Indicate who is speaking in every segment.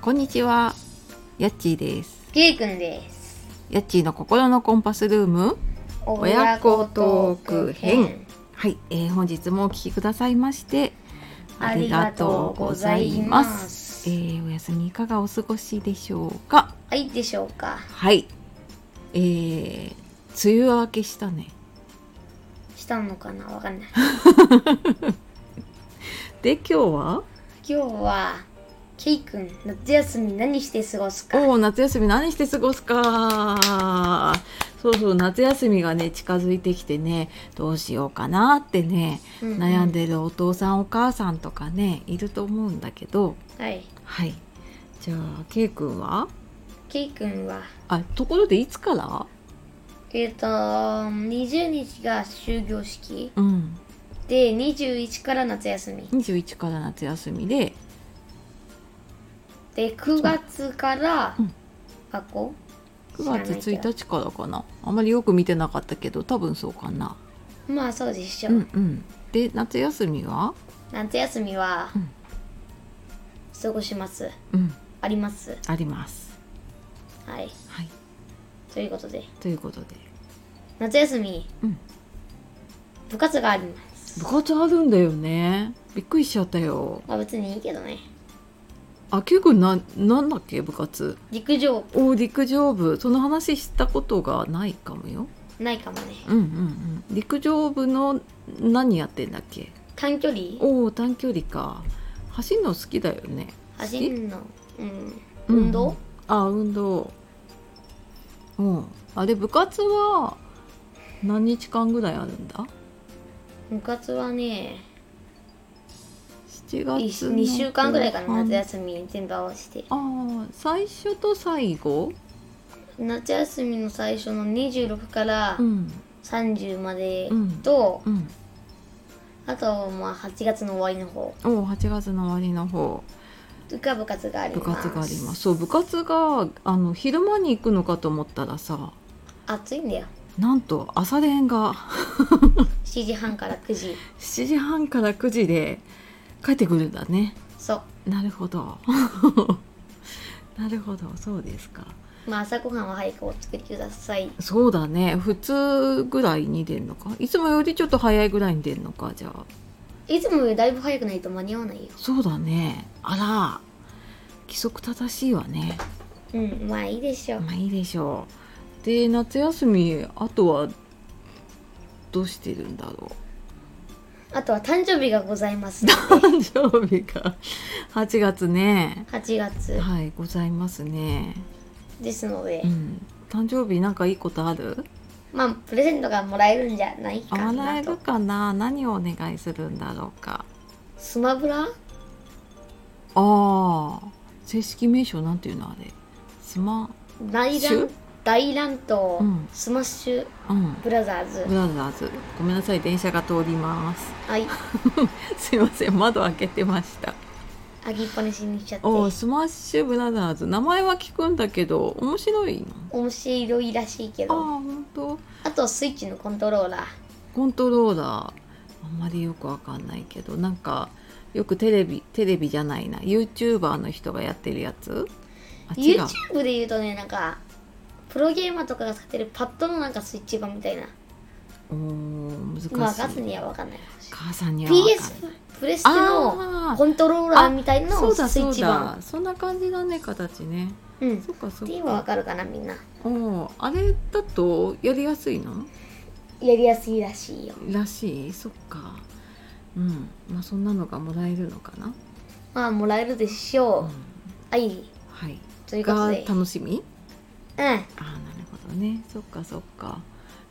Speaker 1: こんにちは。やっちーです。
Speaker 2: ケイくんです。
Speaker 1: やっちーの心のコンパスルーム。親子トーク編。はい、えー本日もお聞きくださいまして。
Speaker 2: ありがとうございま
Speaker 1: え
Speaker 2: す。
Speaker 1: ーお休みいかがお過ごしでしょうか。
Speaker 2: はいでしょうか。
Speaker 1: はい。えー、梅雨明けしたね。
Speaker 2: したのかなわかんない。
Speaker 1: で、今日は。
Speaker 2: 今日はケイくん夏休み何して過ごすか。
Speaker 1: おお、夏休み何して過ごすか。そうそう、夏休みがね、近づいてきてね、どうしようかなってね。
Speaker 2: うう
Speaker 1: 悩ん。でるお父さんお母さんとかねいると思うんだけど
Speaker 2: はい。
Speaker 1: はいじゃあ K 君は
Speaker 2: ケイくんは
Speaker 1: あところでいつから
Speaker 2: えっ、と20日が終業式
Speaker 1: うん
Speaker 2: で21から夏休み
Speaker 1: 21から夏休みで
Speaker 2: で9月から
Speaker 1: うん
Speaker 2: 学校。知らない
Speaker 1: 9
Speaker 2: けど
Speaker 1: 月1日からかなあまりよく見てなかったけど多分そうかな
Speaker 2: まあそうでしょ
Speaker 1: うんうんで夏休みは
Speaker 2: 夏休みは
Speaker 1: うん
Speaker 2: 過ごします。
Speaker 1: うん
Speaker 2: あります。
Speaker 1: あります
Speaker 2: はい。
Speaker 1: はい
Speaker 2: ということで
Speaker 1: ということで
Speaker 2: 夏休み、
Speaker 1: うん
Speaker 2: 部活があります。
Speaker 1: 部活あるんだよねびっくりしちゃったよ
Speaker 2: まあ別にいいけどね。
Speaker 1: あ K 君ななんだっけ部活
Speaker 2: 陸上
Speaker 1: おお陸上部その話したことがないかもよ
Speaker 2: ないかもね。
Speaker 1: うんうんうん、陸上部の何やってんだっけ
Speaker 2: 短距離
Speaker 1: おお短距離か走るの好きだよね
Speaker 2: 走るの、うん、
Speaker 1: うん
Speaker 2: 運動、
Speaker 1: あ運動うんあれ部活は何日間ぐらいあるんだ
Speaker 2: 部活はね、
Speaker 1: 7
Speaker 2: い
Speaker 1: 月の
Speaker 2: 2週間ぐらいか
Speaker 1: 後
Speaker 2: な、
Speaker 1: 半
Speaker 2: 夏休み全部合わせて。
Speaker 1: あー最初と最後
Speaker 2: 夏休みの最初の26から
Speaker 1: うん
Speaker 2: 30まで
Speaker 1: うん
Speaker 2: と、
Speaker 1: うん
Speaker 2: あとまあ8月の終わりの方
Speaker 1: おお8月の終わりの方
Speaker 2: が部活があり
Speaker 1: 部
Speaker 2: ます。
Speaker 1: 活がありますそう部活があの昼間に行くのかと思ったらさ
Speaker 2: 暑いんだよ。
Speaker 1: なんと朝練が
Speaker 2: 7時半から9時。
Speaker 1: 7時半から9時で帰ってくるんだね
Speaker 2: そう。
Speaker 1: なるほど なるほどそうですか
Speaker 2: まあ朝ごはんは早くお作りください。
Speaker 1: そうだね普通ぐらいに出るのかいつもよりちょっと早いぐらいに出るのかじゃあ
Speaker 2: いつもよりだいぶ早くないと間に合わないよ。
Speaker 1: そうだねあら規則正しいわね
Speaker 2: うん、まあいいでしょう。
Speaker 1: まあいいでしょうで夏休みあとはどうしてるんだろ
Speaker 2: あとは誕生日がございます
Speaker 1: う 誕生日が8月ね
Speaker 2: 8月
Speaker 1: はいございますね
Speaker 2: ですので、
Speaker 1: うん、誕生日なんかいいことある
Speaker 2: まあプレゼントがもらえるんじゃない
Speaker 1: あ
Speaker 2: か
Speaker 1: もらえ
Speaker 2: な
Speaker 1: る
Speaker 2: と
Speaker 1: かな何をお願いするんだろうか
Speaker 2: スマブラ
Speaker 1: あー正式名称なんていうのあれスマ
Speaker 2: 大
Speaker 1: シ
Speaker 2: 乱
Speaker 1: ュ
Speaker 2: 大乱闘、
Speaker 1: うん
Speaker 2: スマッシュ
Speaker 1: うん
Speaker 2: ブラザーズ
Speaker 1: ブラザーズごめんなさい電車が通ります
Speaker 2: はい
Speaker 1: すいません窓開けてました
Speaker 2: あぎっぱなしにしちゃって
Speaker 1: おースマッシュブラザーズ名前は聞くんだけど面白いの
Speaker 2: 面白いらしいけ
Speaker 1: ああ
Speaker 2: どあ
Speaker 1: 本当
Speaker 2: とスイッチのコントローラー
Speaker 1: コントローラーあんまりよくわかんないけどなんかよくテレビテレビじゃないな YouTuber の人がやってるやつあ違う
Speaker 2: YouTube で言うとねなんかプロゲーマーとかが使ってるパッドのなんかスイッチ版みたいな
Speaker 1: おー難しい、
Speaker 2: まあガスには分かんないかもしれ
Speaker 1: 母さんにはわかんない
Speaker 2: PS プレステの
Speaker 1: あー
Speaker 2: コントローラーみたいな
Speaker 1: そ
Speaker 2: の
Speaker 1: うだ
Speaker 2: スイ
Speaker 1: そ
Speaker 2: ッ
Speaker 1: う
Speaker 2: チ
Speaker 1: だ
Speaker 2: 版
Speaker 1: そんな感じだね形ね
Speaker 2: うん
Speaker 1: そっかそっ
Speaker 2: ではわ
Speaker 1: か
Speaker 2: かるかなみんな
Speaker 1: おーあれだとやりやすいの
Speaker 2: やりやすいらしいよ
Speaker 1: らしいそっかうんまあそんなのがもらえるのかな、
Speaker 2: まあもらえるでし
Speaker 1: うん
Speaker 2: ょう、はい
Speaker 1: はい
Speaker 2: ということ
Speaker 1: が
Speaker 2: で
Speaker 1: 楽しみ
Speaker 2: うん
Speaker 1: あーなるほどねそっかそっか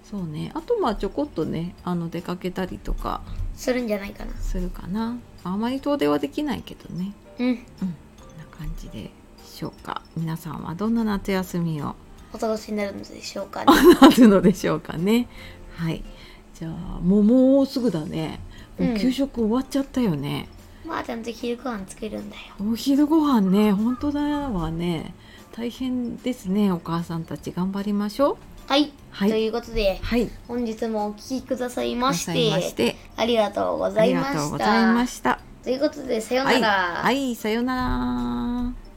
Speaker 1: そうねあとまあちょこっとねあの出かけたりとか
Speaker 2: するんじゃないかな
Speaker 1: するかなあまり遠出はできないけどね
Speaker 2: うん
Speaker 1: こんな感じでしょうか皆さんはどんな夏休みを
Speaker 2: お過ごしになるのでしょうか、
Speaker 1: あるのでしょうかねはいじゃあもうもうすぐだねもう給食終わっちゃったよね、
Speaker 2: まあちゃんと昼ご飯作るんだよ
Speaker 1: お昼ご飯ね本当だわね大変ですねお母さんたち頑張りましょう
Speaker 2: はい、
Speaker 1: はい
Speaker 2: ということで
Speaker 1: はい
Speaker 2: 本日もお聞きくださいまし
Speaker 1: ください
Speaker 2: て
Speaker 1: まして
Speaker 2: ありがとうご
Speaker 1: あ
Speaker 2: ざい
Speaker 1: り
Speaker 2: ま
Speaker 1: がとう
Speaker 2: し
Speaker 1: ござい
Speaker 2: た
Speaker 1: ました
Speaker 2: ということでさようなら、
Speaker 1: はい、はい、さようなら。